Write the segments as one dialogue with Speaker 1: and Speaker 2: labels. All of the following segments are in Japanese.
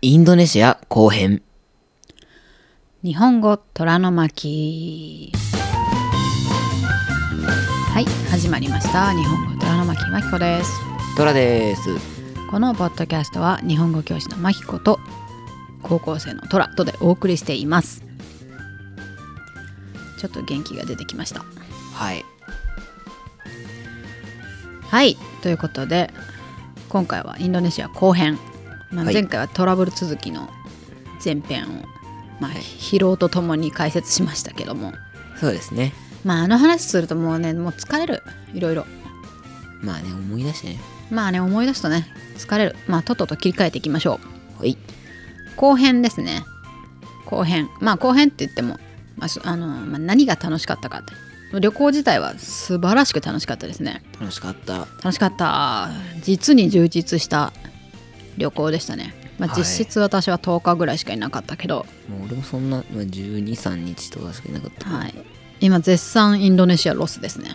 Speaker 1: インドネシア後編。
Speaker 2: 日本語虎の巻はい始まりました日本語虎の巻まきこです
Speaker 1: トラです。
Speaker 2: このポッドキャストは日本語教師のまきこと高校生の虎とでお送りしていますちょっと元気が出てきました
Speaker 1: はい。
Speaker 2: はいということで今回はインドネシア後編、まあ、
Speaker 1: はい
Speaker 2: 前回はトラブル続きの前編を、まあ、
Speaker 1: はい
Speaker 2: 疲労とともに解説しましたけども、
Speaker 1: そうですね。
Speaker 2: まああの話するともうねもう疲れるいろいろ
Speaker 1: まあね、思い出してね。
Speaker 2: まあね思い出すとね疲れるまあとっとと切り替えていきましょ
Speaker 1: はい。
Speaker 2: う後編ですね後編まあ後編って言っても、まあそあのまあ、何が楽しかったかって旅行自体は素晴らしく楽しかったですね
Speaker 1: 楽しかった。
Speaker 2: 楽しかった実に充実した旅行でしたね、ま
Speaker 1: は
Speaker 2: あ、
Speaker 1: い
Speaker 2: 実質私は10日ぐらいしかいなかったけど、
Speaker 1: もう俺もそんな、まあ、12、3日とかしかいなかった。
Speaker 2: はい、今絶賛インドネシアロスですね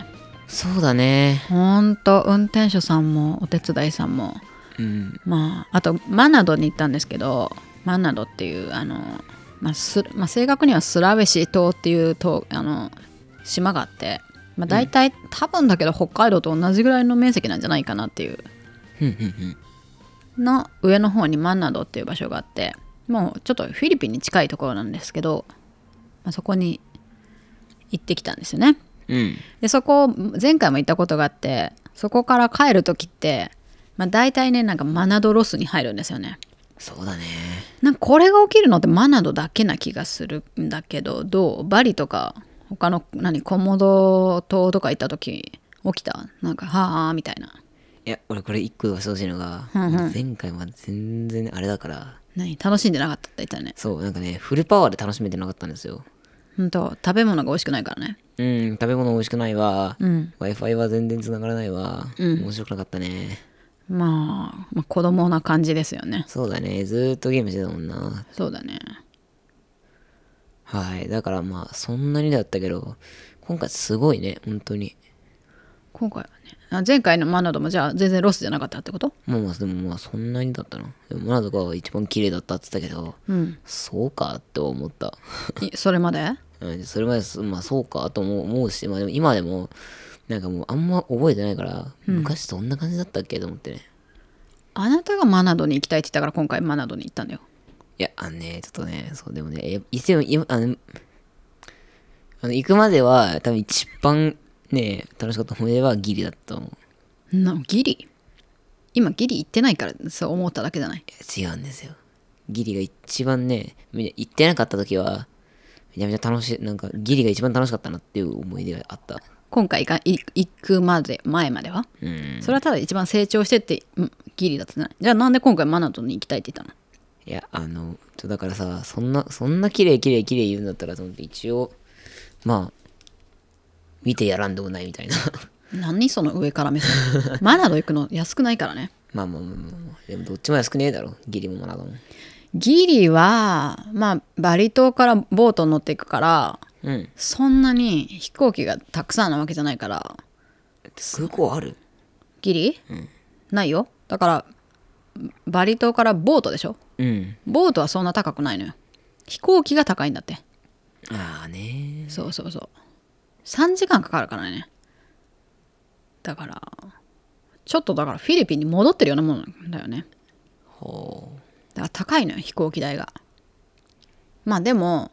Speaker 1: そうだね。
Speaker 2: ほんと運転手さんもお手伝いさんも
Speaker 1: うん。
Speaker 2: まあ、あとマナドに行ったんですけどマナドっていうあの、まあすまあ、正確にはスラウェシ島っていう島あの島があって、まあ、大体、多分だけど北海道と同じぐらいの面積なんじゃないかなっていう
Speaker 1: ふんふんふん。
Speaker 2: の上の方にマナドっていう場所があってもうちょっとフィリピンに近いところなんですけど、まあ、そこに行ってきたんですよね。
Speaker 1: うん。
Speaker 2: でそこ前回も行ったことがあってそこから帰る時って、まあ、大体ねなんかマナドロスに入るんですよね。
Speaker 1: そうだね。
Speaker 2: なんかこれが起きるのってマナドだけな気がするんだけどどうバリとか他の何コモド島とか行った時起きたなんかはあみたいない
Speaker 1: や、俺これ一個言わせてほしいのが、
Speaker 2: うんうん
Speaker 1: 前回は全然あれだから、
Speaker 2: 何楽しんでなかったって言ったよね
Speaker 1: そう、なんかね、フルパワーで楽しめてなかったんですよ。
Speaker 2: ほんと食べ物が美味しくないからね
Speaker 1: うん、食べ物美味しくないわ。
Speaker 2: うん
Speaker 1: Wi-Fi は全然繋がらないわ。
Speaker 2: うん
Speaker 1: 面白くなかったね。
Speaker 2: まあ、まあ子供な感じですよね
Speaker 1: そうだね。ずーっとゲームしてたもんな。
Speaker 2: そうだね
Speaker 1: はい。だからまあ、そんなにだったけど、今回すごいね、本当に。
Speaker 2: 今回はねあ前回のマナドもじゃあ全然ロスじゃなかったってこと
Speaker 1: まあまあ、でもまあ、そんなにだったな。でも、マナとかは一番綺麗だったって言ってたけど、
Speaker 2: うん
Speaker 1: そうかって思った。
Speaker 2: いそれまで
Speaker 1: うんそれまです、まあ、そうかとも思うし、まあ、でも今でも、なんかもう、あんま覚えてないから、昔そんな感じだったっけと思ってね。
Speaker 2: あなたがマナドに行きたいって言ったから今回マナドに行ったんだよ
Speaker 1: いや、あのね、ちょっとね、そう、でもね、や一応、今、あの、あの行くまでは、多分一番ね、楽しかった思い出はギリだったと思う。
Speaker 2: なギリ今ギリ行ってないからそう思っただけじゃない
Speaker 1: いや違うんですよ。ギリが一番ね、みんな行ってなかった時は、めちゃめちゃ楽しい、なんか、ギリが一番楽しかったなっていう思い出があった。
Speaker 2: 今回がい行くまで前までは、
Speaker 1: うん。
Speaker 2: それはただ一番成長してって、うん、ギリだったじゃないじゃあなんで今回マナトに行きたいって言ったの
Speaker 1: いや、あの、ちょだからさ、そんな、そんな綺麗綺麗綺麗言うんだったらと思って、一応、まあ、見てやらんでもないみたいな。
Speaker 2: 何その上から 目線マナド行くの安くないからね
Speaker 1: まあまあまあまあまあ、でもどっちも安くねえだろ、ギリもマナドも。
Speaker 2: ギリはまあバリ島からボートに乗っていくから
Speaker 1: うん。
Speaker 2: そんなに飛行機がたくさんなわけじゃないから
Speaker 1: 空港ある
Speaker 2: ギリ、ないよだからバリ島からボートでしょ
Speaker 1: うん。
Speaker 2: ボートはそんな高くないのよ飛行機が高いんだって
Speaker 1: ああね
Speaker 2: そうそうそう3時間かかるからねだからちょっとだからフィリピンに戻ってるようなもんだよね
Speaker 1: ほ
Speaker 2: だから高いのよ飛行機代がまあでも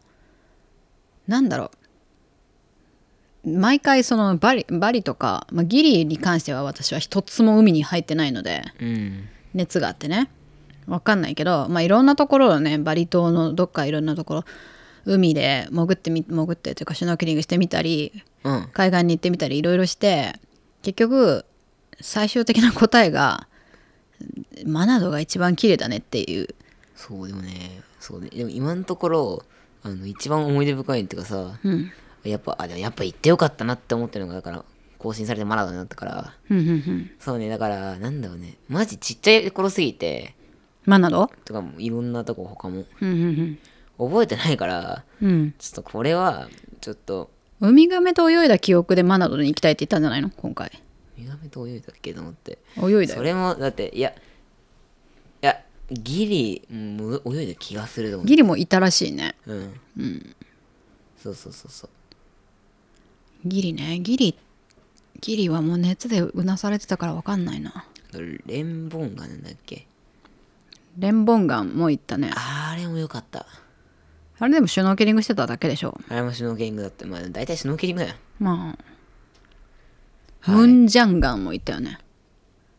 Speaker 2: なんだろう毎回そのバリバリとか、まあ、ギリに関しては私は一つも海に入ってないので
Speaker 1: う。うん。
Speaker 2: 熱があってねわかんないけど、まあ、いろんなところをねバリ島のどっかいろんなところ海で潜ってみ潜ってというかシュノーケリングしてみたり
Speaker 1: うん。
Speaker 2: 海岸に行ってみたりいろいろして結局最終的な答えがマナドが一番綺麗だねっていう
Speaker 1: そう、でもね、そうね。でも今のところ、あの、一番思い出深いっていうかさ、
Speaker 2: うん
Speaker 1: やっぱ、あ、でもやっぱ行ってよかったなって思ってるのが、だから、更新されてマラドになったから、
Speaker 2: うんうんうん
Speaker 1: そうね、だから、なんだろうね、マジちっちゃい頃すぎて、
Speaker 2: マナド
Speaker 1: とかもいろんなとこ他も、
Speaker 2: うんうん
Speaker 1: 覚えてないから、
Speaker 2: うんうん
Speaker 1: ちょっとこれは、ちょっと、
Speaker 2: ウミガメと泳いだ記憶でマナドに行きたいって言ったんじゃないの今回
Speaker 1: 見た目と泳いだっけと思って。
Speaker 2: 泳いだ
Speaker 1: そ
Speaker 2: よ
Speaker 1: れもだっていやいやギリ、うん、泳いだ気がすると思
Speaker 2: ギリもいたらしいね
Speaker 1: う。うん。そうそうそうそう。
Speaker 2: ギリねギリギリはもう熱でうなされてたから分かんないな
Speaker 1: レンボンガなんだっけ
Speaker 2: レンボンガンも行ったね
Speaker 1: あれも良かった。
Speaker 2: あれでもシュノーケリングしてただけでしょ
Speaker 1: あれもシュノーケリングだって、まあ大体シュノーケリングだよ。
Speaker 2: まあ、ムンジャンガンも行ったよね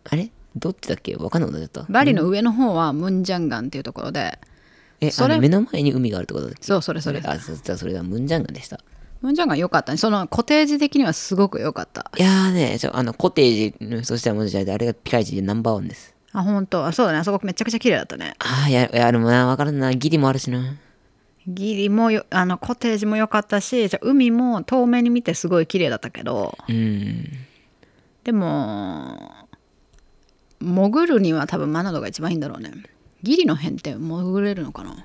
Speaker 1: あれどっちだっけわかんなくなっちゃった。
Speaker 2: バリの上の方はムンジャンガンっていうところで
Speaker 1: え、
Speaker 2: それ
Speaker 1: あの目の前に海があるってことだっけ
Speaker 2: そうそれそれ
Speaker 1: あ、そうじゃあそれがムンジャンガンでした。
Speaker 2: ムンジャンガン良かったねそのコテージ的にはすごく良かった
Speaker 1: いやーね、ちょあの、コテージ、そしたらもうじゃああれがピカイチでナンバーワンです。
Speaker 2: あ本当あそうだねあそこめちゃくちゃ綺麗だったね
Speaker 1: ああ、いや、いや、でもな、わからんな。ギリもあるしな。
Speaker 2: ギリもよあのコテージも良かったしじゃあ海も遠目に見てすごい綺麗だったけど
Speaker 1: うん。
Speaker 2: でも潜るには多分マナドが一番いいんだろうねギリの辺って潜れるのかない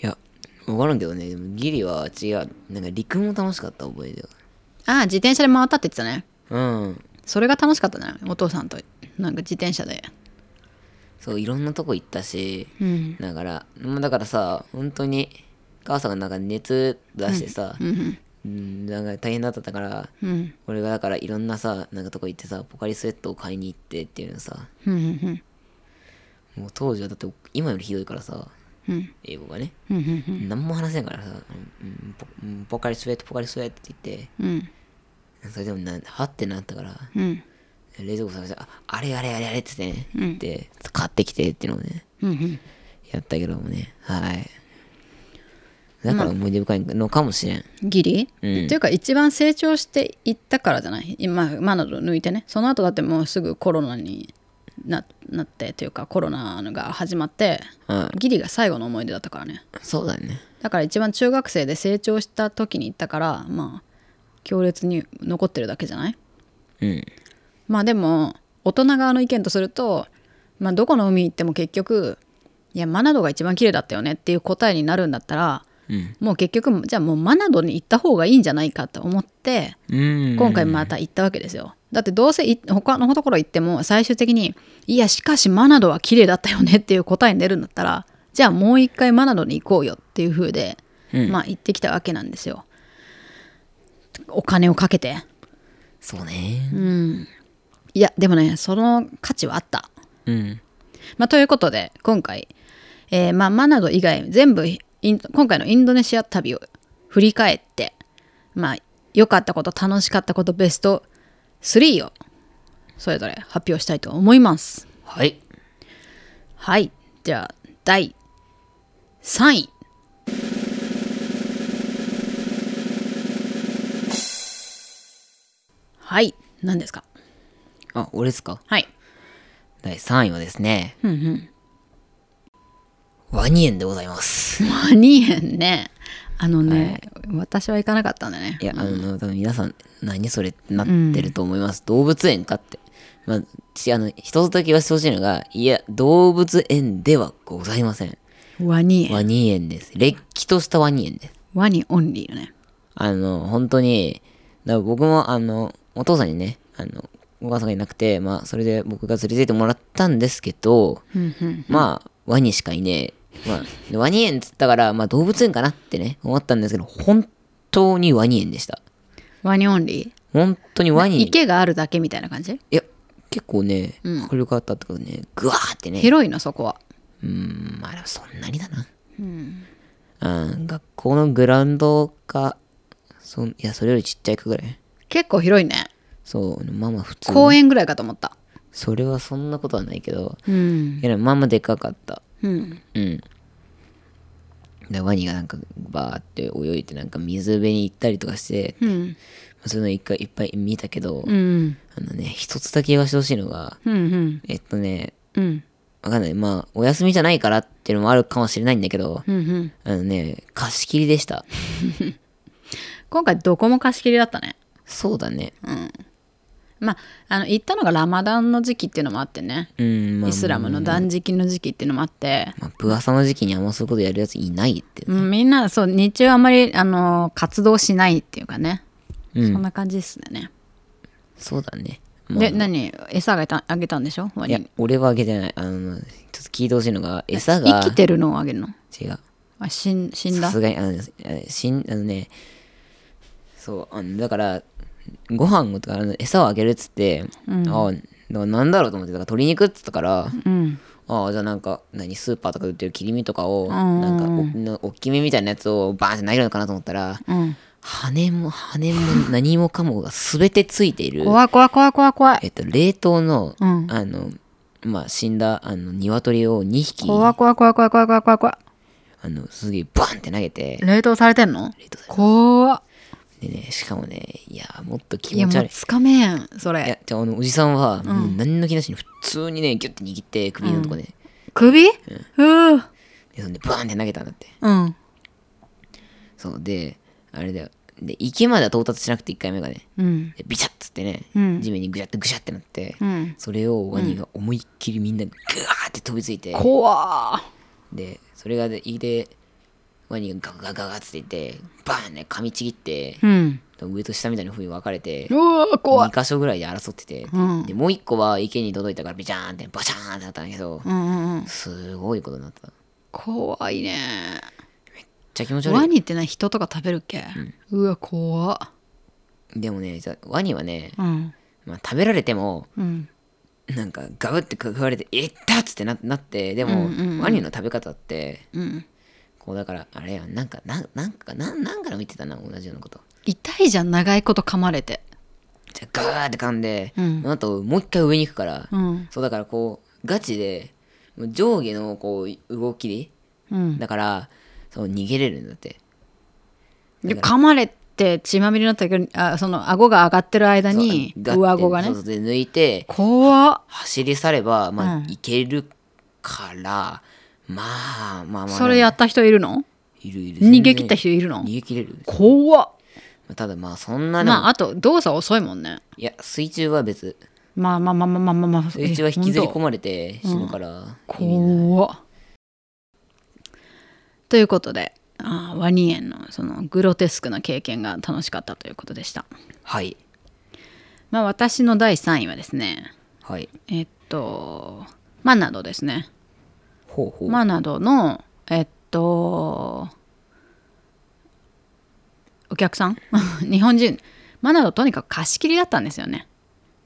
Speaker 1: や、わからんけどね。でもギリは違う。なんか陸も楽しかった覚えだよ。
Speaker 2: あ自転車で回ったって言ってたね
Speaker 1: うん。
Speaker 2: それが楽しかったねお父さんとなんか自転車で
Speaker 1: そう、いろんなとこ行ったし。
Speaker 2: うん
Speaker 1: だから、もうだからさ、本当に、母さんがなんか熱出してさ、
Speaker 2: うん
Speaker 1: うん、なんか大変だったから、
Speaker 2: うん
Speaker 1: 俺がだからいろんなさ、なんかとこ行ってさ、ポカリスエットを買いに行ってっていうのさ、
Speaker 2: うんうん
Speaker 1: もう当時はだって今よりひどいからさ、
Speaker 2: うん
Speaker 1: 英語がね。
Speaker 2: うんうん
Speaker 1: 何も話せないからさ、うんうんポうん、ポカリスウェット、ポカリスウェットって言って、
Speaker 2: うん
Speaker 1: それでもな、はってなったから、
Speaker 2: うん
Speaker 1: 冷蔵庫探して、ああれあれあれあれってね、
Speaker 2: うん
Speaker 1: で、買ってきてっていうのをね、
Speaker 2: うんうん
Speaker 1: やったけどもね、はい。だから思い出深いのかもしれん。
Speaker 2: ギリ、
Speaker 1: うん
Speaker 2: っていうか一番成長していったからじゃない今マナド抜いてねその後だってもうすぐコロナにななってというかコロナが始まって
Speaker 1: うん、
Speaker 2: ギリが最後の思い出だったからね
Speaker 1: そうだね。
Speaker 2: だから一番中学生で成長した時に行ったからまあ強烈に残ってるだけじゃない
Speaker 1: うん。
Speaker 2: まあでも大人側の意見とすると、まあ、どこの海行っても結局いやマナドが一番綺麗だったよねっていう答えになるんだったら
Speaker 1: うん。
Speaker 2: もう結局じゃあもうマナドに行った方がいいんじゃないかと思って
Speaker 1: うん。
Speaker 2: 今回また行ったわけですよ。だってどうせい他のところ行っても最終的にいやしかしマナドは綺麗だったよねっていう答えに出るんだったらじゃあもう一回マナドに行こうよっていう風で、
Speaker 1: うん
Speaker 2: まあ行ってきたわけなんですよ。お金をかけて。
Speaker 1: そうね。
Speaker 2: いやでもねその価値はあった。
Speaker 1: うん。
Speaker 2: まあ、ということで今回、えーまあ、マナド以外全部イン今回のインドネシア旅を振り返ってまあ良かったこと楽しかったことベスト3をそれぞれ発表したいと思います
Speaker 1: はい。
Speaker 2: はいじゃあ第3位はい何ですか
Speaker 1: あ、俺ですか
Speaker 2: はい
Speaker 1: 第3位はですね、
Speaker 2: うんうん
Speaker 1: ワニ園でございます。
Speaker 2: ワニ園ねあのね、私は行かなかったんだね
Speaker 1: いや、あの、多分皆さん、何それってなってると思います。動物園かって。まあ、ち、あの、一つだけ言わせてほしいのが、いや、動物園ではございません。
Speaker 2: ワニ園
Speaker 1: ワニ園です。れっきとしたワニ園です。
Speaker 2: ワニオンリーよね
Speaker 1: あの、本当に、だから僕も、あの、お父さんにね、あの、お母さんがいなくて、まあ、それで僕が連れて行ってもらったんですけど、まあ、ワニしかいねえ。まあ、でワニ園っつったから、まあ、動物園かなってね、思ったんですけど、本当にワニ園でした。
Speaker 2: ワニオンリ
Speaker 1: 本当にワ
Speaker 2: ー
Speaker 1: ニ、い
Speaker 2: 池があるだけみたいな感じ
Speaker 1: や、結構ね、迫力あったってことね、ぐわーってね、
Speaker 2: 広いのそこは
Speaker 1: うーん、まあでもそんなにだな。うん。学校のグラウンドか、そんいや、それよりちっちゃいくぐらい。
Speaker 2: 結構広いね
Speaker 1: そう、まあまあ普通。
Speaker 2: 公園ぐらいかと思った
Speaker 1: それはそんなことはないけど、
Speaker 2: うん
Speaker 1: いや、まあまあでかかった。
Speaker 2: うん
Speaker 1: うん。で、ワニがなんかバーって泳いで、なんか水辺に行ったりとかして、
Speaker 2: うん
Speaker 1: そういうの一回いっぱい見たけど、
Speaker 2: うん
Speaker 1: あのね、一つだけ言わせてほしいのが、
Speaker 2: うんうん
Speaker 1: えっとね、
Speaker 2: うん
Speaker 1: わかんない。まあ、お休みじゃないからっていうのもあるかもしれないんだけど、
Speaker 2: うんうん
Speaker 1: あのね、貸し切りでした。
Speaker 2: 今回どこも貸し切りだったね
Speaker 1: そうだね。
Speaker 2: まああの行ったのがラマダンの時期っていうのもあってね
Speaker 1: うん、まあ
Speaker 2: イ、スラムの断食の時期っていうのもあって、
Speaker 1: まあ、部朝の時期にあんまそういうことやるやついないって。
Speaker 2: うんみんなそう日中あんまりあの活動しないっていうかね、
Speaker 1: うん
Speaker 2: そんな感じですね
Speaker 1: そうだね。まあ
Speaker 2: で何餌あげたあげたんでしょワ
Speaker 1: い
Speaker 2: ニ
Speaker 1: や
Speaker 2: に
Speaker 1: 俺はあげてないあのちょっと聞いてほしいのが餌が
Speaker 2: 生きてるのをあげるの
Speaker 1: 違う
Speaker 2: あ死ん死んだ
Speaker 1: さすがにあのえ死んあのねそうあのだからご飯をとかあの餌をあげるっつって、ああだからなんだろうと思ってだから鶏肉っつったから、
Speaker 2: うん
Speaker 1: ああじゃあなんか何スーパーとかで売ってる切り身とかを
Speaker 2: ん
Speaker 1: なんかおの大きめみたいなやつをバーンって投げるのかなと思ったら
Speaker 2: うん
Speaker 1: 羽も羽も何もかもが全てついている
Speaker 2: 怖い怖い怖い怖い怖
Speaker 1: え
Speaker 2: い
Speaker 1: っと冷凍の、
Speaker 2: うん
Speaker 1: あのまあ死んだあの鶏を2匹
Speaker 2: 怖い怖い怖い怖い怖い怖い怖い怖い
Speaker 1: あのすげえバンって投げて
Speaker 2: 冷凍されてんの怖っ
Speaker 1: でねしかもねいやもっと気
Speaker 2: いや
Speaker 1: 持ち
Speaker 2: も
Speaker 1: 悪
Speaker 2: う
Speaker 1: い
Speaker 2: つかめへんそ
Speaker 1: い
Speaker 2: れ
Speaker 1: やじゃああのおじさんは、もう何の気なしに普通にねギュッて握って首のとこで,、
Speaker 2: 首うん
Speaker 1: でそんでバーンって投げたんだって
Speaker 2: うん
Speaker 1: そうであれだよで池までは到達しなくて1回目がね
Speaker 2: うん
Speaker 1: でビチャッつってね、
Speaker 2: うん
Speaker 1: 地面にぐちゃってぐしゃってなって、
Speaker 2: うん
Speaker 1: それをワニが思いっきりみんなグワーって飛びついて、
Speaker 2: 怖っ
Speaker 1: でそれがで胃でワニがガガガガガつっていってバーンね噛みちぎって、
Speaker 2: うん
Speaker 1: 上と下みたいなふうに分かれて
Speaker 2: うわー怖い
Speaker 1: 2箇所ぐらいで争ってて、
Speaker 2: うん
Speaker 1: でもう1個は池に届いたからビチャーンってバシャーンってなったんだけど、
Speaker 2: うんうんうん
Speaker 1: すごいことになっためっ
Speaker 2: 怖いね
Speaker 1: ちゃ気持ち
Speaker 2: ワ
Speaker 1: 悪い
Speaker 2: ニってな人とか食べるっけうわ怖っ
Speaker 1: でもねじゃあワニはね、
Speaker 2: うん
Speaker 1: まあ、食べられても
Speaker 2: うん
Speaker 1: なんかガブって食われて「いった!」っつってななってでも、ワニの食べ方って
Speaker 2: うん
Speaker 1: こうだからあれやんなんかなんなんかなんなんから見てたな同じようなこと
Speaker 2: 痛いじゃん長いこと噛まれて
Speaker 1: じゃあガーって噛んで、
Speaker 2: うん
Speaker 1: あともう一回上に行くから、
Speaker 2: うん
Speaker 1: そうだからこうガチでもう上下のこう動き
Speaker 2: うん
Speaker 1: だからそう逃げれるんだって
Speaker 2: で噛まれて血まみれになったけどあその顎が上がってる間に
Speaker 1: そうガッて
Speaker 2: 上顎が
Speaker 1: そう
Speaker 2: ね
Speaker 1: そうで抜いて
Speaker 2: 怖っ
Speaker 1: 走り去ればまあ、
Speaker 2: うん
Speaker 1: いけるからまあまあまあ
Speaker 2: それやった人いるの
Speaker 1: いるいる
Speaker 2: 逃げ切った人いるの
Speaker 1: 逃げ切れる
Speaker 2: 怖っ
Speaker 1: ただまあそんなでも
Speaker 2: まああと動作遅いもんね
Speaker 1: いや水中は別
Speaker 2: まあまあまあまあまあまあまあ
Speaker 1: 水中は引きずり込
Speaker 2: む
Speaker 1: まれて死ぬから、
Speaker 2: 怖っということであーワニ園のそのグロテスクな経験が楽しかったということでした
Speaker 1: はい
Speaker 2: まあ私の第3位はですね
Speaker 1: はい
Speaker 2: えっとマナドですね
Speaker 1: ほうほう、
Speaker 2: マナドのえっとお客さん 日本人マナドとにかく貸し切りだったんですよね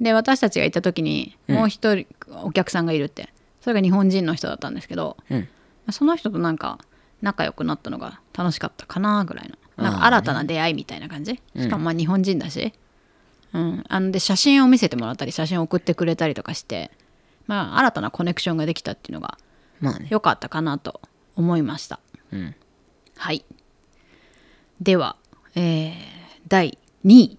Speaker 2: で私たちが行った時にもう一人お客さんがいるって、それが日本人の人だったんですけど、
Speaker 1: うん
Speaker 2: その人となんか仲良くなったのが楽しかったかなぐらいのなんか新たな出会いみたいな感じ、しかもまあ日本人だし、うん、あので写真を見せてもらったり写真を送ってくれたりとかして、まあ、新たなコネクションができたっていうのが
Speaker 1: まあね
Speaker 2: 良かったかなと思いました、
Speaker 1: ん
Speaker 2: はいでは、えー第2位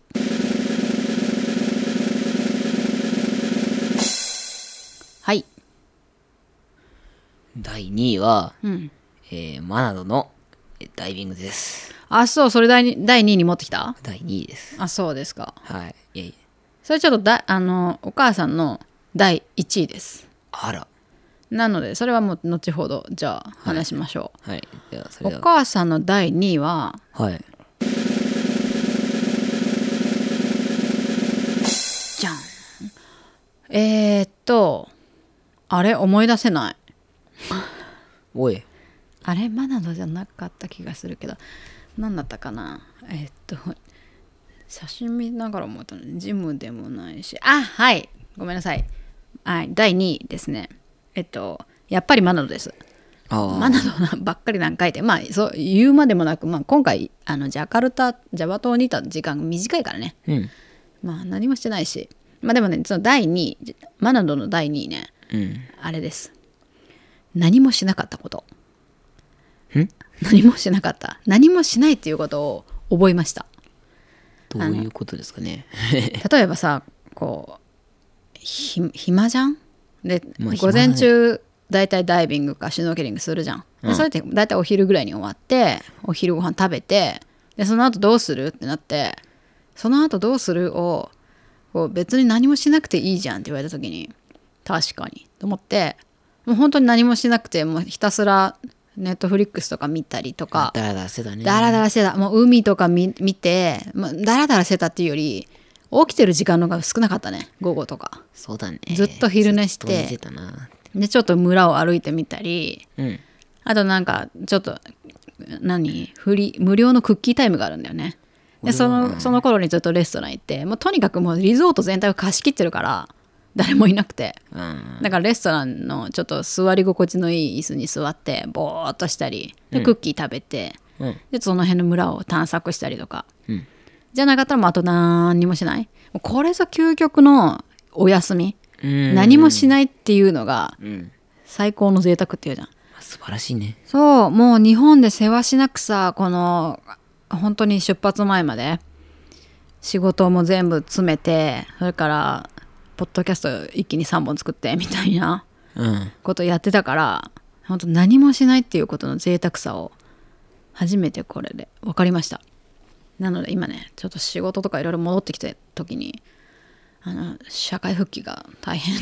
Speaker 2: はい
Speaker 1: 第2位は、えーマナドのえーダイビングです
Speaker 2: あそうそれ第 2, 第2位に持ってきた
Speaker 1: 第2位です
Speaker 2: あそうですか
Speaker 1: はいいやいや
Speaker 2: それちょっとだあのお母さんの第1位です
Speaker 1: あら
Speaker 2: なのでそれはもう後ほどじゃあ話しましょ、
Speaker 1: はいではそうれで
Speaker 2: お
Speaker 1: は
Speaker 2: 母さんの第2位は
Speaker 1: はい
Speaker 2: じゃんえー、っとあれ思い出せない
Speaker 1: おい
Speaker 2: あれマナドじゃなかった気がするけど何だったかなえーっと写真見ながら思ったのジムでもないしあはいごめんなさい、はい、第2位ですねえっとやっぱりマナドです
Speaker 1: あ
Speaker 2: マナドばっかり何回でまあそう言うまでもなく、まあ、今回あのジャカルタジャワ島にいた時間が短いからね
Speaker 1: あうん
Speaker 2: まあ何もしてないしまあでもねその第2位マナドの第2位ね
Speaker 1: うん
Speaker 2: あれです何もしなかったこと
Speaker 1: ん
Speaker 2: 何もしなかった何もしないっていうことを覚えました
Speaker 1: どういうことですかね
Speaker 2: 例えばさこうひ暇じゃんで、
Speaker 1: まあ
Speaker 2: 午前中だいたいダイビングかシュノーケリングするじゃん、でそれってだいたいお昼ぐらいに終わってお昼ご飯食べてでその後どうするってなってその後どうするをこう別に何もしなくていいじゃんって言われた時に確かにと思ってもう本当に何もしなくてもうひたすらネットフリックスとか見たりとか
Speaker 1: だらだらしてたね
Speaker 2: ダラダラしてたもう海とか見見て、まあ、ダラダラしてたっていうより起きてる時間の方が少なかったね午後とか
Speaker 1: そうだね
Speaker 2: ずっと昼寝して
Speaker 1: ずっと寝てたな
Speaker 2: でちょっと村を歩いてみたり
Speaker 1: うん
Speaker 2: あとなんかちょっと何フリ無料のクッキータイムがあるんだよねでそのその頃にずっとレストラン行ってもうとにかくもうリゾート全体を貸し切ってるから誰もいなくて
Speaker 1: うん
Speaker 2: だからレストランのちょっと座り心地のいい椅子に座ってぼーっとしたりでクッキー食べて、
Speaker 1: うん
Speaker 2: でその辺の村を探索したりとか、
Speaker 1: うん
Speaker 2: じゃなかったらもうあと何にもしないもうこれぞ究極のお休み、
Speaker 1: うん
Speaker 2: 何もしないっていうのが
Speaker 1: うん
Speaker 2: 最高の贅沢っていうじゃん
Speaker 1: 素晴らしいね
Speaker 2: そうもう日本で世話しなくさこの本当に出発前まで仕事も全部詰めてそれからポッドキャスト一気に3本作ってみたいな
Speaker 1: うん
Speaker 2: ことやってたから本当何もしないっていうことの贅沢さを初めてこれで分かりましたなので今ねちょっと仕事とかいろいろ戻ってきた時にあの社会復帰が大変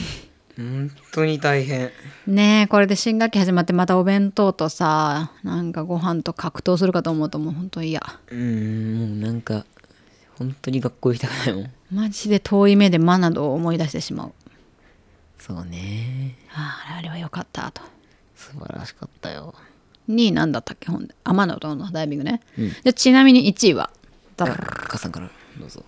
Speaker 1: 本当に大変
Speaker 2: ねえこれで新学期始まってまたお弁当とさなんかご飯と格闘するかと思うともう本当嫌
Speaker 1: うんもうなんか本当に学校行きたくないもん
Speaker 2: マジで遠い目でマナドを思い出してしまう
Speaker 1: そうね
Speaker 2: あああれは良かったと
Speaker 1: 素晴らしかったよ
Speaker 2: 2位なんだったっけ本であマナドのダイビングね、でちなみに1位はダダ
Speaker 1: 母さんからどうぞ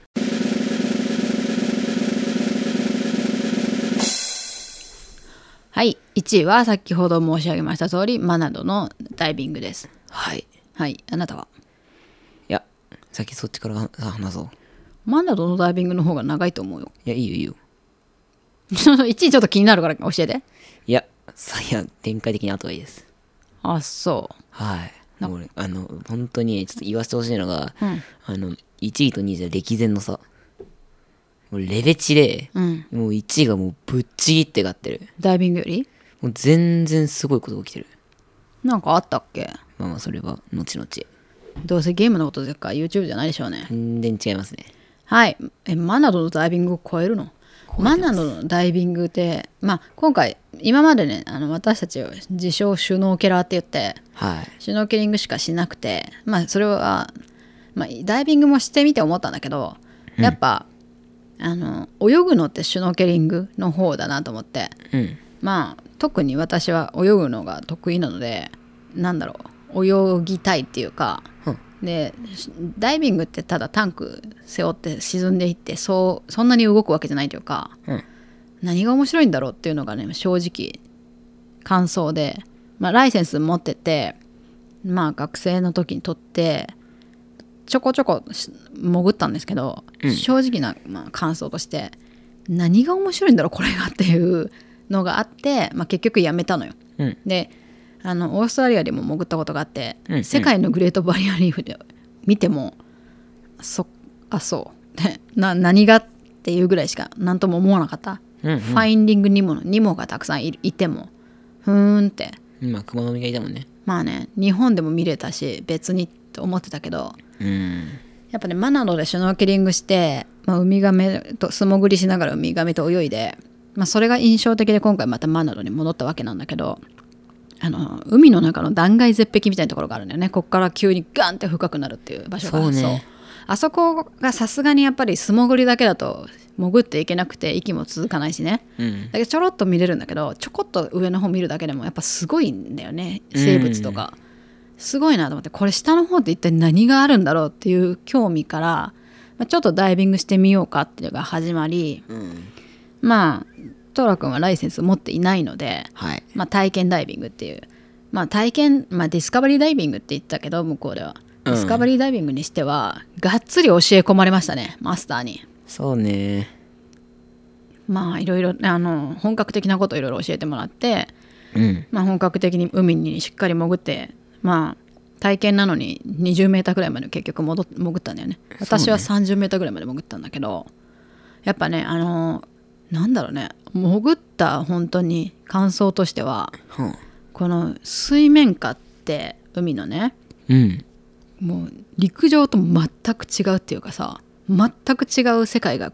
Speaker 2: はい1位は先ほど申し上げました通りマナドのダイビングです
Speaker 1: はいい
Speaker 2: はいあなたは
Speaker 1: や先そっちからはあ話そう
Speaker 2: マナドのダイビングの方が長いと思うよ
Speaker 1: いやいいよいいよ
Speaker 2: 1位ちょっと気になるから教えて
Speaker 1: いやさいや展開的に後がいいです
Speaker 2: あそう
Speaker 1: はいもう俺あの本当にちょっと言わせてほしいのが、
Speaker 2: うん
Speaker 1: あの1位と2位じゃ歴然の差もうレベチで、
Speaker 2: うん
Speaker 1: もう1位がもうぶっちぎって勝ってる
Speaker 2: ダイビングより
Speaker 1: もう全然すごいことが起きてる
Speaker 2: なんかあったっけ
Speaker 1: まあまあそれは後々
Speaker 2: どうせゲームのことですから YouTube じゃないでしょうね
Speaker 1: 全然違いますね
Speaker 2: はいえマナドのダイビングを超えるのマナドのダイビングってまあ今回今までねあの私たちを自称シュノーケラーって言って
Speaker 1: はい
Speaker 2: シュノーケリングしかしなくてまあそれは、まあ、ダイビングもしてみて思ったんだけどやっぱ、あの泳ぐのってシュノーケリングの方だなと思って
Speaker 1: うん
Speaker 2: まあ特に私は泳ぐのが得意なのでなんだろう泳ぎたいっていうか、
Speaker 1: うん
Speaker 2: でしダイビングってただタンク背負って沈んでいってそうそんなに動くわけじゃないというか
Speaker 1: うん
Speaker 2: 何が面白いんだろうっていうのがね正直感想で、まあ、ライセンス持っててまあ学生の時に取ってちょこちょこし潜ったんですけど、正直な、まあ、感想として何が面白いんだろうこれがっていうのがあって、まあ、結局やめたのよ。
Speaker 1: うん
Speaker 2: であのオーストラリアでも潜ったことがあって、
Speaker 1: うん
Speaker 2: 世界のグレートバリアリーフで見てもそあそうでな何がっていうぐらいしか何とも思わなかった、
Speaker 1: うんうん
Speaker 2: ファインディングニモのニモがたくさんいるいてもふーんって
Speaker 1: 今熊の実がいたもんね
Speaker 2: まあね日本でも見れたし別にと思ってたけど
Speaker 1: うん
Speaker 2: やっぱねマナドでシュノーケリングして、まあ、ウミガメと素潜りしながらウミガメと泳いで、まあ、それが印象的で今回またマナドに戻ったわけなんだけどあの海の中の断崖絶壁みたいなところがあるんだよねこっから急にガンって深くなるっていう場所がある
Speaker 1: そうね
Speaker 2: あそこがさすがにやっぱり素潜りだけだと潜っていけなくて息も続かないしね
Speaker 1: うん
Speaker 2: だけどちょろっと見れるんだけどちょこっと上の方見るだけでもやっぱすごいんだよね生物とか、すごいなと思ってこれ下の方って一体何があるんだろうっていう興味から、まあ、ちょっとダイビングしてみようかっていうのが始まり
Speaker 1: うん
Speaker 2: まあトラ君はライセンス持っていないので、
Speaker 1: はい
Speaker 2: まあ、体験ダイビングっていう、まあ、体験、まあ、ディスカバリーダイビングって言ったけど向こうでは
Speaker 1: う
Speaker 2: デ
Speaker 1: ん
Speaker 2: ィスカバリーダイビングにしては、がっつり教え込まれましたねマスターに。
Speaker 1: そうね
Speaker 2: まあいろいろあの本格的なこといろいろ教えてもらって
Speaker 1: うん
Speaker 2: まあ、本格的に海にしっかり潜ってまあ体験なのに20メーターぐらいまで結局戻っ潜ったんだよね私は30メーターぐらいまで潜ったんだけど、やっぱねあのなんだろうね潜った本当に感想としては
Speaker 1: は
Speaker 2: この水面下って海のね
Speaker 1: うん
Speaker 2: もう陸上と全く違うっていうかさ全く違う世界が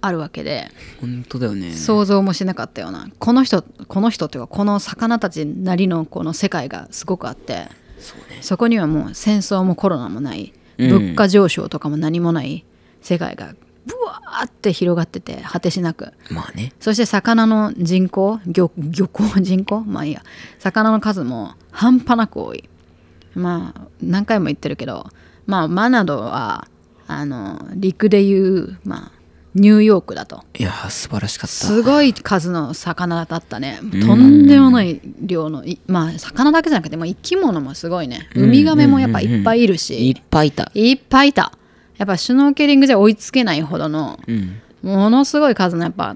Speaker 2: あるわけで。
Speaker 1: 本当だよね
Speaker 2: 想像もしなかったようなこの人この人っていうかこの魚たちなりのこの世界がすごくあって
Speaker 1: そうね
Speaker 2: そこにはもう戦争もコロナもない
Speaker 1: うん
Speaker 2: 物価上昇とかも何もない世界がブワーって広がってて果てしなく
Speaker 1: まあね
Speaker 2: そして魚の人口漁漁港人口まあいいや魚の数も半端なく多いまあ何回も言ってるけどまあマナドはあの陸でいう、まあ、ニューヨークだと
Speaker 1: いやー素晴らしかった
Speaker 2: すごい数の魚だったねとんでもない量のいまあ魚だけじゃなくて、まあ、生き物もすごいねウミガメもやっぱいっぱいいるし、
Speaker 1: いっぱいいた
Speaker 2: いっぱいいたやっぱシュノーケリングじゃ追いつけないほどの
Speaker 1: うん
Speaker 2: ものすごい数のやっぱ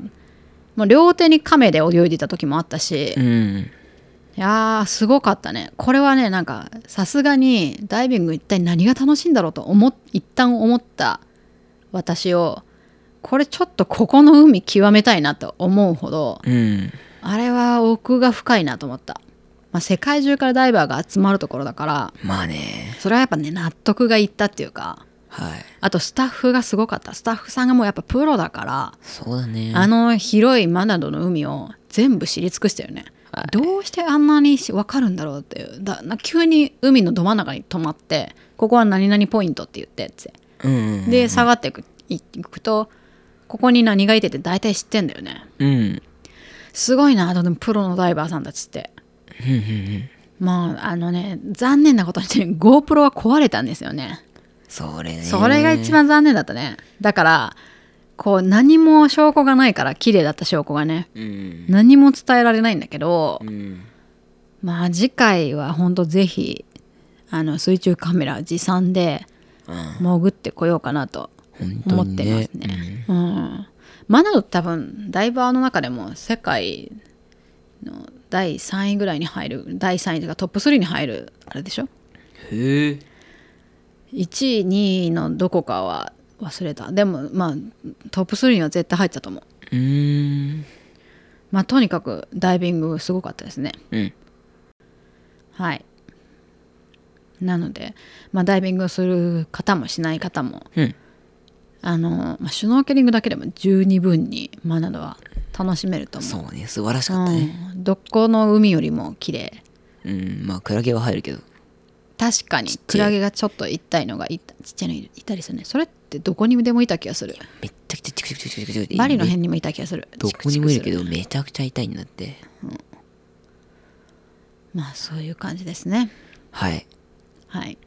Speaker 2: もう両手に亀で泳いでた時もあったし、
Speaker 1: う
Speaker 2: い
Speaker 1: ん
Speaker 2: やーすごかったねこれはねなんかさすがにダイビング一体何が楽しいんだろうと思っ一旦思った私をこれちょっとここの海極めたいなと思うほど
Speaker 1: うん
Speaker 2: あれは奥が深いなと思った、まあ、世界中からダイバーが集まるところだから
Speaker 1: まあね
Speaker 2: それはやっぱね納得がいったっていうか
Speaker 1: はい
Speaker 2: あとスタッフがすごかったスタッフさんがもうやっぱプロだから
Speaker 1: そうだね
Speaker 2: あの広いマナドの海を全部知り尽くしたよね、どうしてあんなに分かるんだろうっていうだな急に海のど真ん中に止まってここは何々ポイントって言ってって
Speaker 1: うんうん
Speaker 2: で下がっていくいいくとここに何がいてって大体知ってんだよね
Speaker 1: うん
Speaker 2: すごいなでもプロのダイバーさんたちって
Speaker 1: うんうんうん
Speaker 2: まああのね残念なことにね GoPro は壊れたんですよね
Speaker 1: それね
Speaker 2: それが一番残念だったねだからこう何も証拠がないから綺麗だった証拠がね
Speaker 1: うん
Speaker 2: 何も伝えられないんだけど、
Speaker 1: うん
Speaker 2: まあ次回は本当ぜひあの水中カメラ持参で
Speaker 1: うん
Speaker 2: 潜ってこようかなと
Speaker 1: 本
Speaker 2: 思
Speaker 1: 当
Speaker 2: っ
Speaker 1: に
Speaker 2: てますね。うんマナドって多分ダイバーの中でも世界の第3位ぐらいに入る第3位というかトップ3に入るあれでしょ
Speaker 1: うんへえ
Speaker 2: 1位2位のどこかは忘れたでもまあトップ3には絶対入ってたと思う
Speaker 1: うーん
Speaker 2: まあとにかくダイビングすごかったですね
Speaker 1: うん
Speaker 2: はいなので、まあ、ダイビングをする方もしない方も
Speaker 1: うん
Speaker 2: あの、まあ、シュノーケリングだけでも十二分にマナドは楽しめると思う
Speaker 1: そうね素晴らしかったね
Speaker 2: うんどこの海よりも綺麗
Speaker 1: うんまあクラゲは入るけど
Speaker 2: 確かに
Speaker 1: っ
Speaker 2: ク
Speaker 1: ちゃい
Speaker 2: ラゲがちょっと痛いのがいたちっちゃいのいたりするねそれってどこにでもいた気がする
Speaker 1: めっちゃくちゃチクチクチクチクチクって
Speaker 2: バリの辺にもいた気がする
Speaker 1: ど
Speaker 2: チ
Speaker 1: こ
Speaker 2: クチ
Speaker 1: に
Speaker 2: ク
Speaker 1: も
Speaker 2: す
Speaker 1: いるけどめちゃくちゃ痛いんだって
Speaker 2: まあそういう感じですね
Speaker 1: はい
Speaker 2: はい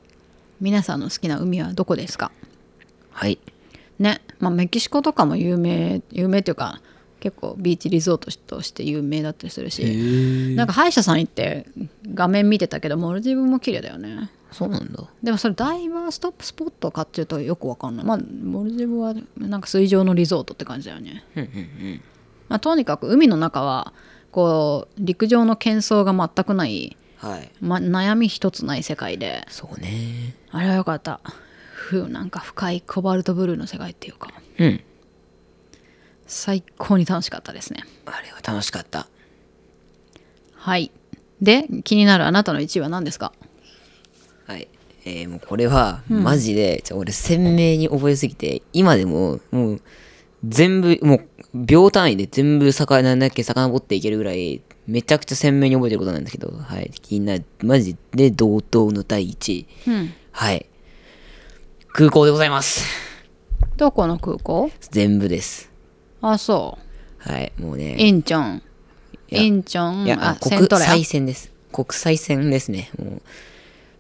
Speaker 2: 皆さんの好きな海はどこですか
Speaker 1: はい
Speaker 2: ね、まあ、メキシコとかも有名有名っていうか結構ビーチリゾートとして有名だったりするしなんか歯医者さん行って画面見てたけどモルディブも綺麗だよね
Speaker 1: そうなんだ
Speaker 2: でもそれダイバーストップスポットかっていうとよくわかんないまあモルディブはなんか水上のリゾートって感じだよね、まあ、とにかく海の中はこう陸上の喧騒が全くない、
Speaker 1: はい
Speaker 2: ま、悩み一つない世界で
Speaker 1: そうね
Speaker 2: あれはよかったふうなんか深いコバルトブルーの世界っていうか
Speaker 1: うん
Speaker 2: 最高に楽しかったですね
Speaker 1: あれは楽しかった
Speaker 2: はいで気になるあなたの1位は何ですか
Speaker 1: はいえーもうこれはマジで、ちょ俺鮮明に覚えすぎて今でももう全部もう秒単位で全部魚なんだっけ魚ぼっていけるぐらいめちゃくちゃ鮮明に覚えてることなんだけどはい気になるマジで同等の第1位
Speaker 2: うん
Speaker 1: はい空港でございます
Speaker 2: どこの空港
Speaker 1: 全部です
Speaker 2: あそ
Speaker 1: はいもう
Speaker 2: う
Speaker 1: ね
Speaker 2: インチョン
Speaker 1: いや
Speaker 2: インチョン
Speaker 1: いや、あ
Speaker 2: あセン
Speaker 1: 国
Speaker 2: トレア
Speaker 1: 際線です。国際線ですね。もう、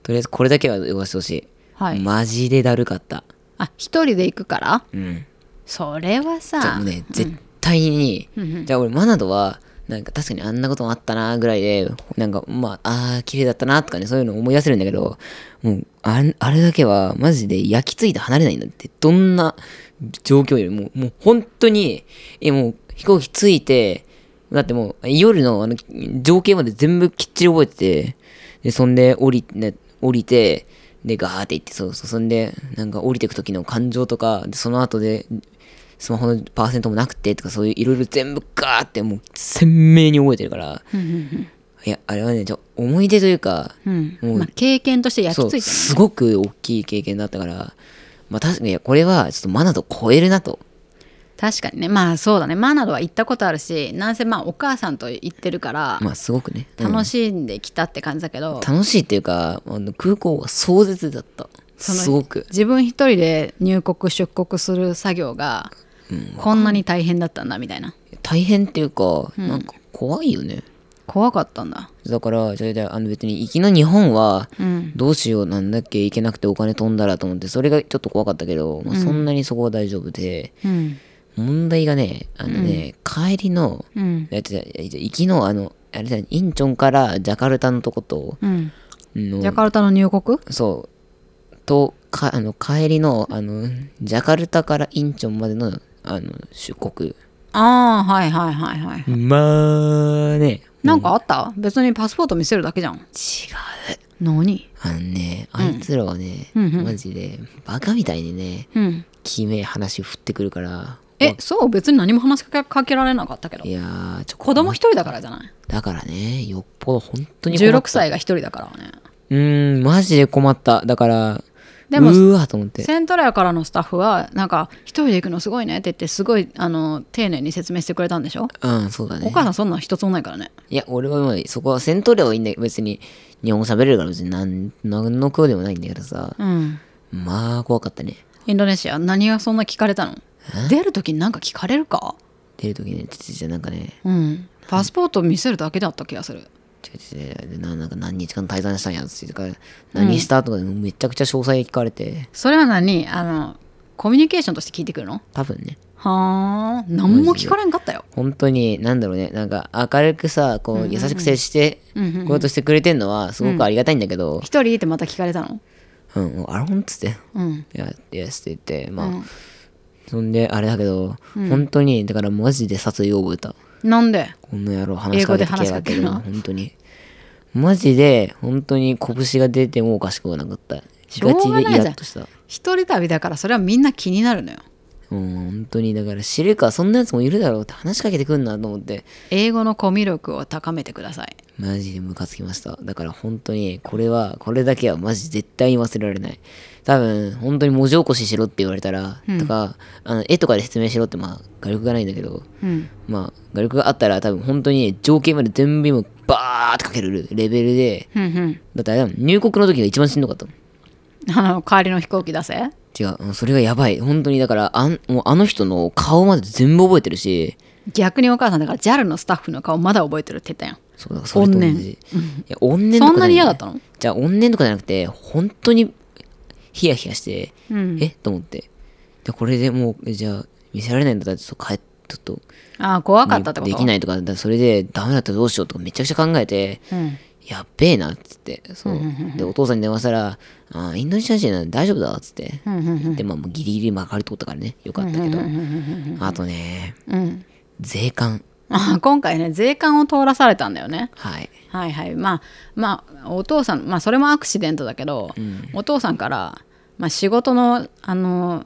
Speaker 1: とりあえずこれだけは言わせてほしい。
Speaker 2: はい
Speaker 1: マジでだるかった。
Speaker 2: あ一人で行くから
Speaker 1: うん。
Speaker 2: それは
Speaker 1: じゃあ
Speaker 2: さ
Speaker 1: もうね、絶対に、じゃあ俺、マナドは、なんか確かにあんなこともあったなぐらいで、なんか、まあ、あー、綺麗だったなとかね、そういうの思い出せるんだけど、もう、あれあれだけは、マジで焼き付いて離れないんだって、どんな状況よりも、もう本当に、え、もう飛行機着いて、だってもう、夜のあの、情景まで全部きっちり覚えてて、で、そんで降り、ね、降りて、で、ガーって行って、そうそう、そんで、なんか降りてく時の感情とか、でその後で、スマホのパーセントもなくてとか、そういういろいろ全部ガーってもう鮮明に覚えてるから、いや、あれはね、じゃあ思い出というか、
Speaker 2: うん、
Speaker 1: もう
Speaker 2: まあ、経験として焼
Speaker 1: そ
Speaker 2: き
Speaker 1: う
Speaker 2: 付いて
Speaker 1: すごく大きい経験だったから、まあ確かにいやこれはちょっとマナと超えるなと。
Speaker 2: 確かにねまあそうだねマナドは行ったことあるしなんせまあお母さんと行ってるから、
Speaker 1: まあすごくね。うん
Speaker 2: 楽しんできたって感じだけど、
Speaker 1: 楽しいっていうか、あの空港は壮絶だった。
Speaker 2: その
Speaker 1: すごく
Speaker 2: 自分一人で入国出国する作業がこんなに大変だったんだみたいな
Speaker 1: 大変っていうか、なんか怖いよね
Speaker 2: 怖かったんだ
Speaker 1: だからそれであの別に行きの日本は
Speaker 2: うん
Speaker 1: どうしようなんだっけ行けなくてお金飛んだらと思ってそれがちょっと怖かったけど、まあ、そんなにそこは大丈夫で、
Speaker 2: うん
Speaker 1: 問題がねあのね、帰りの
Speaker 2: うん
Speaker 1: えっとじゃあじゃあ行きのあのあれだインチョンからジャカルタのとこと
Speaker 2: うん
Speaker 1: の
Speaker 2: ジャカルタの入国
Speaker 1: そうとかあの帰りのあのジャカルタからインチョンまでのあの出国
Speaker 2: ああはいはいはいはい
Speaker 1: まあね
Speaker 2: なんかあった別にパスポート見せるだけじゃん
Speaker 1: 違う
Speaker 2: 何
Speaker 1: あのねあいつらはね、
Speaker 2: うんうんうん
Speaker 1: マジでバカみたいにね
Speaker 2: うん
Speaker 1: 決め話振ってくるから
Speaker 2: えそう別に何も話しかけかけられなかったけど
Speaker 1: いやーちょ
Speaker 2: 子供一人だからじゃない
Speaker 1: だからねよっぽど本当に困った
Speaker 2: 16歳が一人だからね
Speaker 1: うーんマジで困っただから
Speaker 2: でも
Speaker 1: うーわーと思って
Speaker 2: セントレアからのスタッフはなんか一人で行くのすごいねって言ってすごいあの丁寧に説明してくれたんでしょ
Speaker 1: うんそうだね
Speaker 2: お母さんそんなの一つもないからね
Speaker 1: いや、俺はもう、そこは戦闘量はいいんだけど、別に、日本語喋れるから別になん、なんの苦でもないんだけどさ、
Speaker 2: うん
Speaker 1: まあ、怖かったね。
Speaker 2: インドネシア何がそんな聞かれたの出る時になんか聞かれるか
Speaker 1: 出るときね、ちょちょ、なんかね、
Speaker 2: うんパスポート見せるだけだった気がする
Speaker 1: ちょちょちょ、ななんか何日間滞在したんやつって言うから、何したとか、めちゃくちゃ詳細聞かれて、
Speaker 2: それは何あのコミュニケーションとして聞いてくるの
Speaker 1: 多分ね、
Speaker 2: はあ何も聞かれんかったよ
Speaker 1: 本当に、なんだろうね、なんか明るくさ、こう、優しく接して、こうやってしてくれてんのは、すごくありがたいんだけど、
Speaker 2: 一人ってまた聞かれたの
Speaker 1: うん、うんあらほんっつって、
Speaker 2: うん
Speaker 1: いや、いや、って言って、まあ、
Speaker 2: うん
Speaker 1: そんで、あれだけど、本当に、だからマジで殺意を覚えた。
Speaker 2: なんで
Speaker 1: この野郎話しかけてきやがって
Speaker 2: 英語で話しかけるな
Speaker 1: 本当に。マジで、本当に拳が出てもおかしくはなかった。
Speaker 2: しょう
Speaker 1: ガチ
Speaker 2: が
Speaker 1: で
Speaker 2: ない
Speaker 1: イ
Speaker 2: じゃん
Speaker 1: ラッとした。
Speaker 2: 一人旅だからそれはみんな気になるのよ
Speaker 1: うん、本当に、だから知るか、そんなやつもいるだろうって話しかけてくんなと思って、
Speaker 2: 英語のコミュ力を高めてください
Speaker 1: マジでムカつきました。だから本当に、これは、これだけはマジ絶対に忘れられない。多分、本当に文字起こししろって言われたら、とか、あの絵とかで説明しろって、まあ、画力がないんだけど、
Speaker 2: うん
Speaker 1: まあ、画力があったら多分本当に情景まで全部今、バーってかけるレベルで、
Speaker 2: うんうん
Speaker 1: だってあれだもん入国の時が一番しんどかったもん
Speaker 2: あの帰りの飛行機出せ
Speaker 1: 違ううんそれがやばい本当にだからあんもうあの人の顔まで全部覚えてるし
Speaker 2: 逆にお母さんだから JAL のスタッフの顔まだ覚えてるって言ったやん
Speaker 1: そうだからそれと同じ
Speaker 2: 怨念
Speaker 1: いや怨念とか
Speaker 2: そんなに嫌だったの
Speaker 1: じゃあ怨念とかじゃなくて本当にヒヤヒヤして、
Speaker 2: うん
Speaker 1: えと思ってでこれでもうじゃあ見せられないんだったらちょっと帰っちょっと
Speaker 2: ああ怖かったってこと
Speaker 1: できないとかだからそれでダメだったらどうしようとかめちゃくちゃ考えて、
Speaker 2: うん
Speaker 1: やっべえなっつってそうでお父さんに電話したら「あーインドネシア人なんで大丈夫だ」っつって、でまあもうギリギリ曲がり通ったからねよかったけど、あとね
Speaker 2: うん
Speaker 1: 税関
Speaker 2: あ 今回ね税関を通らされたんだよね
Speaker 1: はい
Speaker 2: はいはいまあまあお父さんまあそれもアクシデントだけど、お父さんから、まあ、仕事のあの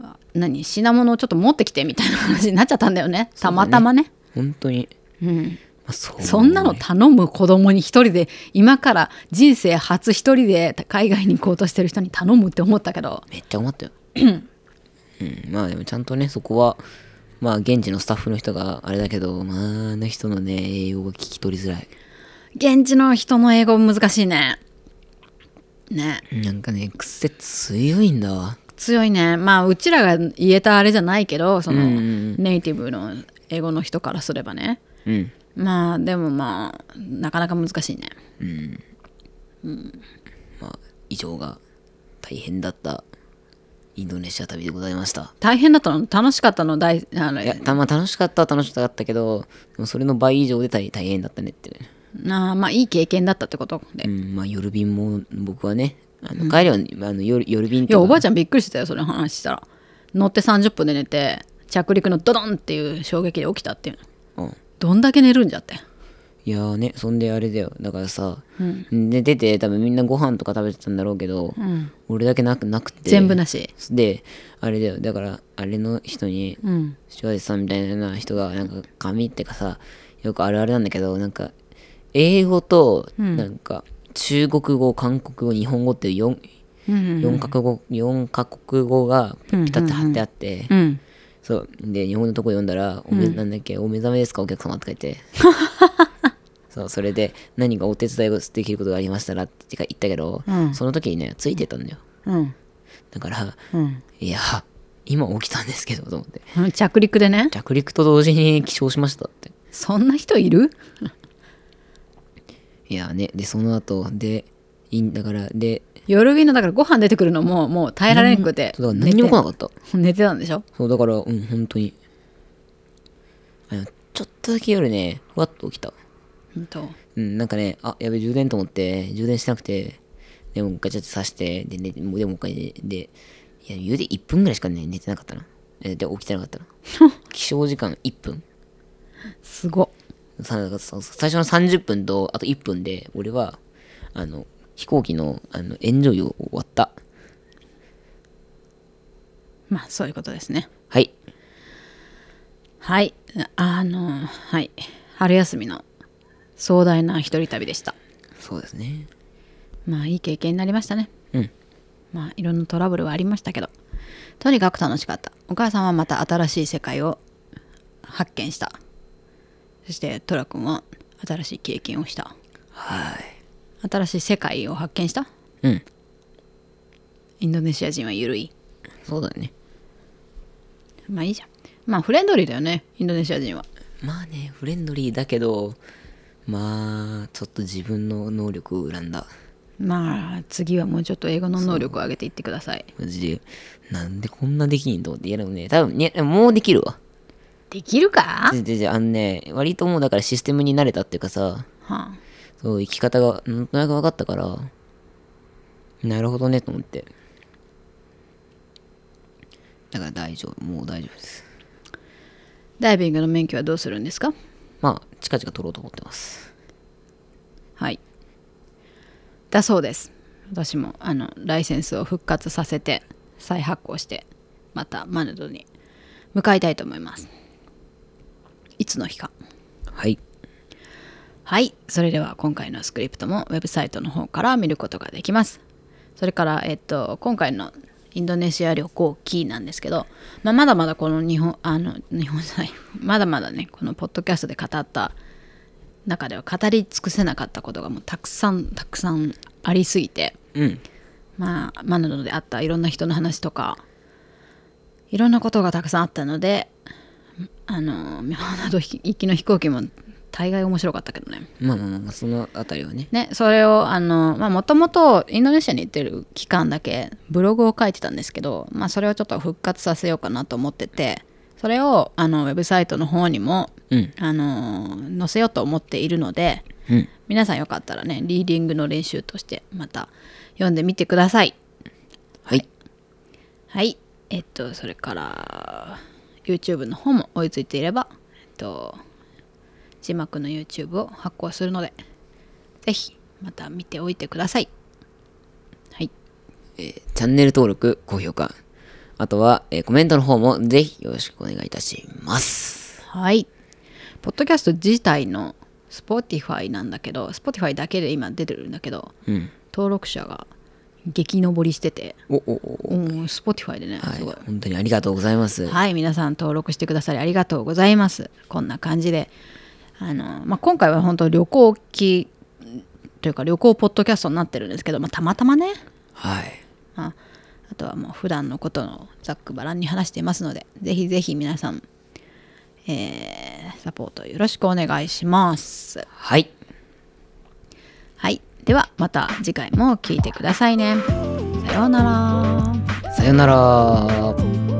Speaker 2: あ何品物をちょっと持ってきてみたいな話になっちゃったんだよねたまたまね
Speaker 1: 本当に、
Speaker 2: うん、
Speaker 1: まあ、そう
Speaker 2: そんなの頼む子供に一人で今から人生初一人で海外に行こうとしてる人に頼むって思ったけど
Speaker 1: めっちゃ困ったよ、 うん、まあでもちゃんとねそこはまあ現地のスタッフの人があれだけどまああの人のね英語が聞き取りづらい
Speaker 2: 現地の人の英語難しいねね
Speaker 1: なんかね癖強いんだわ
Speaker 2: 強いねまあうちらが言えたあれじゃないけどその、
Speaker 1: うんうん
Speaker 2: ネイティブの英語の人からすればね
Speaker 1: うん
Speaker 2: まあでもまあなかなか難しいね
Speaker 1: まあ以上が大変だったインドネシア旅でございました
Speaker 2: 大変だったの楽しかったの大あの
Speaker 1: いやたまあ楽しかったは楽しかったけどでもそれの倍以上で大大変だったねっていうね
Speaker 2: なあまあいい経験だったってことで、
Speaker 1: う
Speaker 2: い
Speaker 1: んまあ夜便も僕はねあの帰りは、あの夜夜便と
Speaker 2: やおばあ
Speaker 1: ち
Speaker 2: ちゃんびっくりしてたよそれ話したら乗って30分で寝て着陸のドドンっていう衝撃で起きたっていうの
Speaker 1: ゃん、うん、
Speaker 2: どんだけ寝るんじゃって
Speaker 1: いやーねそんであれだよだからさ、で出て多分みんなご飯とか食べてたんだろうけど、俺だけなくなくて
Speaker 2: 全部なし
Speaker 1: であれだよだからあれの人に、
Speaker 2: うん
Speaker 1: シュワーデスさんみたいな人がなんか紙ってかさよくあるあるなんだけどなんか英語となんか中国語韓国語日本語っていう 4,
Speaker 2: うん
Speaker 1: 4, カ国語4カ国語がピタッて貼ってあって、
Speaker 2: うん
Speaker 1: そうで日本のとこ読んだら「おめ、なんだっけお目覚めですかお客様」って書いてそうそれで「何かお手伝いをできることがありましたら」って言ったけど、その時にねついてたんだよ
Speaker 2: うん
Speaker 1: だから、
Speaker 2: うん
Speaker 1: いや、今起きたんですけど、と思って。
Speaker 2: うん着陸でね
Speaker 1: 着陸と同時に起床しましたって。
Speaker 2: そんな人いる
Speaker 1: いやね、で、その後、で、いいんだから、で、
Speaker 2: 夜便のだからご飯出てくるのももう耐えられなくて
Speaker 1: そうだから何にも来なかった。
Speaker 2: 寝て 寝てたんでしょ
Speaker 1: そう、だから、うん、本当に。あの、ちょっとだけ夜ね、ふわっと起きた。
Speaker 2: うんと
Speaker 1: うん、なんかね、あ、やべ、充電と思って、充電してなくて、でもガチャって刺して、で、ね、もうでもう一回で、で、いや、ゆで1分ぐらいしかね、寝てなかったな。えで、起きてなかったな。起床時間1分。
Speaker 2: すごっ
Speaker 1: さだからさ最初の30分と、あと1分で、俺は、あの、飛行機の、あの、エンジョイを終わった。
Speaker 2: まあそういうことですね
Speaker 1: はい。
Speaker 2: はいあのはい春休みの壮大な一人旅でした
Speaker 1: そうですね。
Speaker 2: まあいい経験になりましたね
Speaker 1: うん。
Speaker 2: まあいろんなトラブルはありましたけどとにかく楽しかったお母さんはまた新しい世界を発見したそしてトラ君は新しい経験をした
Speaker 1: はい。
Speaker 2: 新しい世界を発見した
Speaker 1: うん。
Speaker 2: インドネシア人は緩い
Speaker 1: そうだね。
Speaker 2: まあいいじゃんまあフレンドリーだよねインドネシア人は
Speaker 1: まあね、フレンドリーだけど、まあ、ちょっと自分の能力を恨んだ。
Speaker 2: まあ次はもうちょっと英語の能力を上げていってください
Speaker 1: マジで、なんでこんなできんと思って。いや、でもね、多分ね、もうできるわ。
Speaker 2: できるか
Speaker 1: で、で、で、あのね、割ともうだからシステムに慣れたっていうかさ、
Speaker 2: はあ
Speaker 1: そう、生き方がなんとなく分かったから、なるほどね、と思って。だから大丈夫、もう大丈夫です。
Speaker 2: ダイビングの免許はどうするんですか
Speaker 1: まあ、近々取ろうと思ってます。
Speaker 2: はいだそうです私もあのライセンスを復活させて再発行してまたマヌドに向かいたいと思いますいつの日か
Speaker 1: はい。
Speaker 2: はいそれでは今回のスクリプトもウェブサイトの方から見ることができますそれから、えっと、今回のインドネシア旅行キーなんですけど、まあ、まだまだこの日本あの日本じゃないまだまだねこのポッドキャストで語った中では語り尽くせなかったことがもうたくさんたくさんありすぎて
Speaker 1: うん。
Speaker 2: まあマナドであったいろんな人の話とかいろんなことがたくさんあったのであの マナド行きの飛行機も大概面白かったけどね。
Speaker 1: まあまあまあ、そのあたりはね。
Speaker 2: ね、それをあのまあもともとインドネシアに行ってる期間だけブログを書いてたんですけど、まあ、それをちょっと復活させようかなと思っててそれをあのウェブサイトの方にも、
Speaker 1: うん
Speaker 2: あの載せようと思っているので
Speaker 1: うん。
Speaker 2: 皆さんよかったらねリーディングの練習としてまた読んでみてください
Speaker 1: はい。
Speaker 2: はいえっとそれから YouTube の方も追いついていればえっと字幕の YouTube を発行するのでぜひまた見ておいてくださいはい
Speaker 1: チャンネル登録、高評価。あとは、えーコメントの方もぜひよろしくお願いいたします。
Speaker 2: はいポッドキャスト自体の Spotify なんだけど Spotify だけで今出てるんだけど
Speaker 1: うん。
Speaker 2: 登録者が激上りしてて
Speaker 1: お、お、お、
Speaker 2: うん Spotify でね、
Speaker 1: はい
Speaker 2: すごい。
Speaker 1: 本当にありがとうございます。
Speaker 2: はい、皆さん登録してくださりありがとうございます。こんな感じで、あのまあ、今回は本当旅行機というか旅行ポッドキャストになってるんですけど、まあ、たまたまね、
Speaker 1: はい。
Speaker 2: まあ、あとはもう普段のことのざっくばらんに話していますので、ぜひぜひ皆さん、えーサポートよろしくお願いします。
Speaker 1: はい。
Speaker 2: はい、ではまた次回も聞いてくださいね。さようなら。
Speaker 1: さよなら。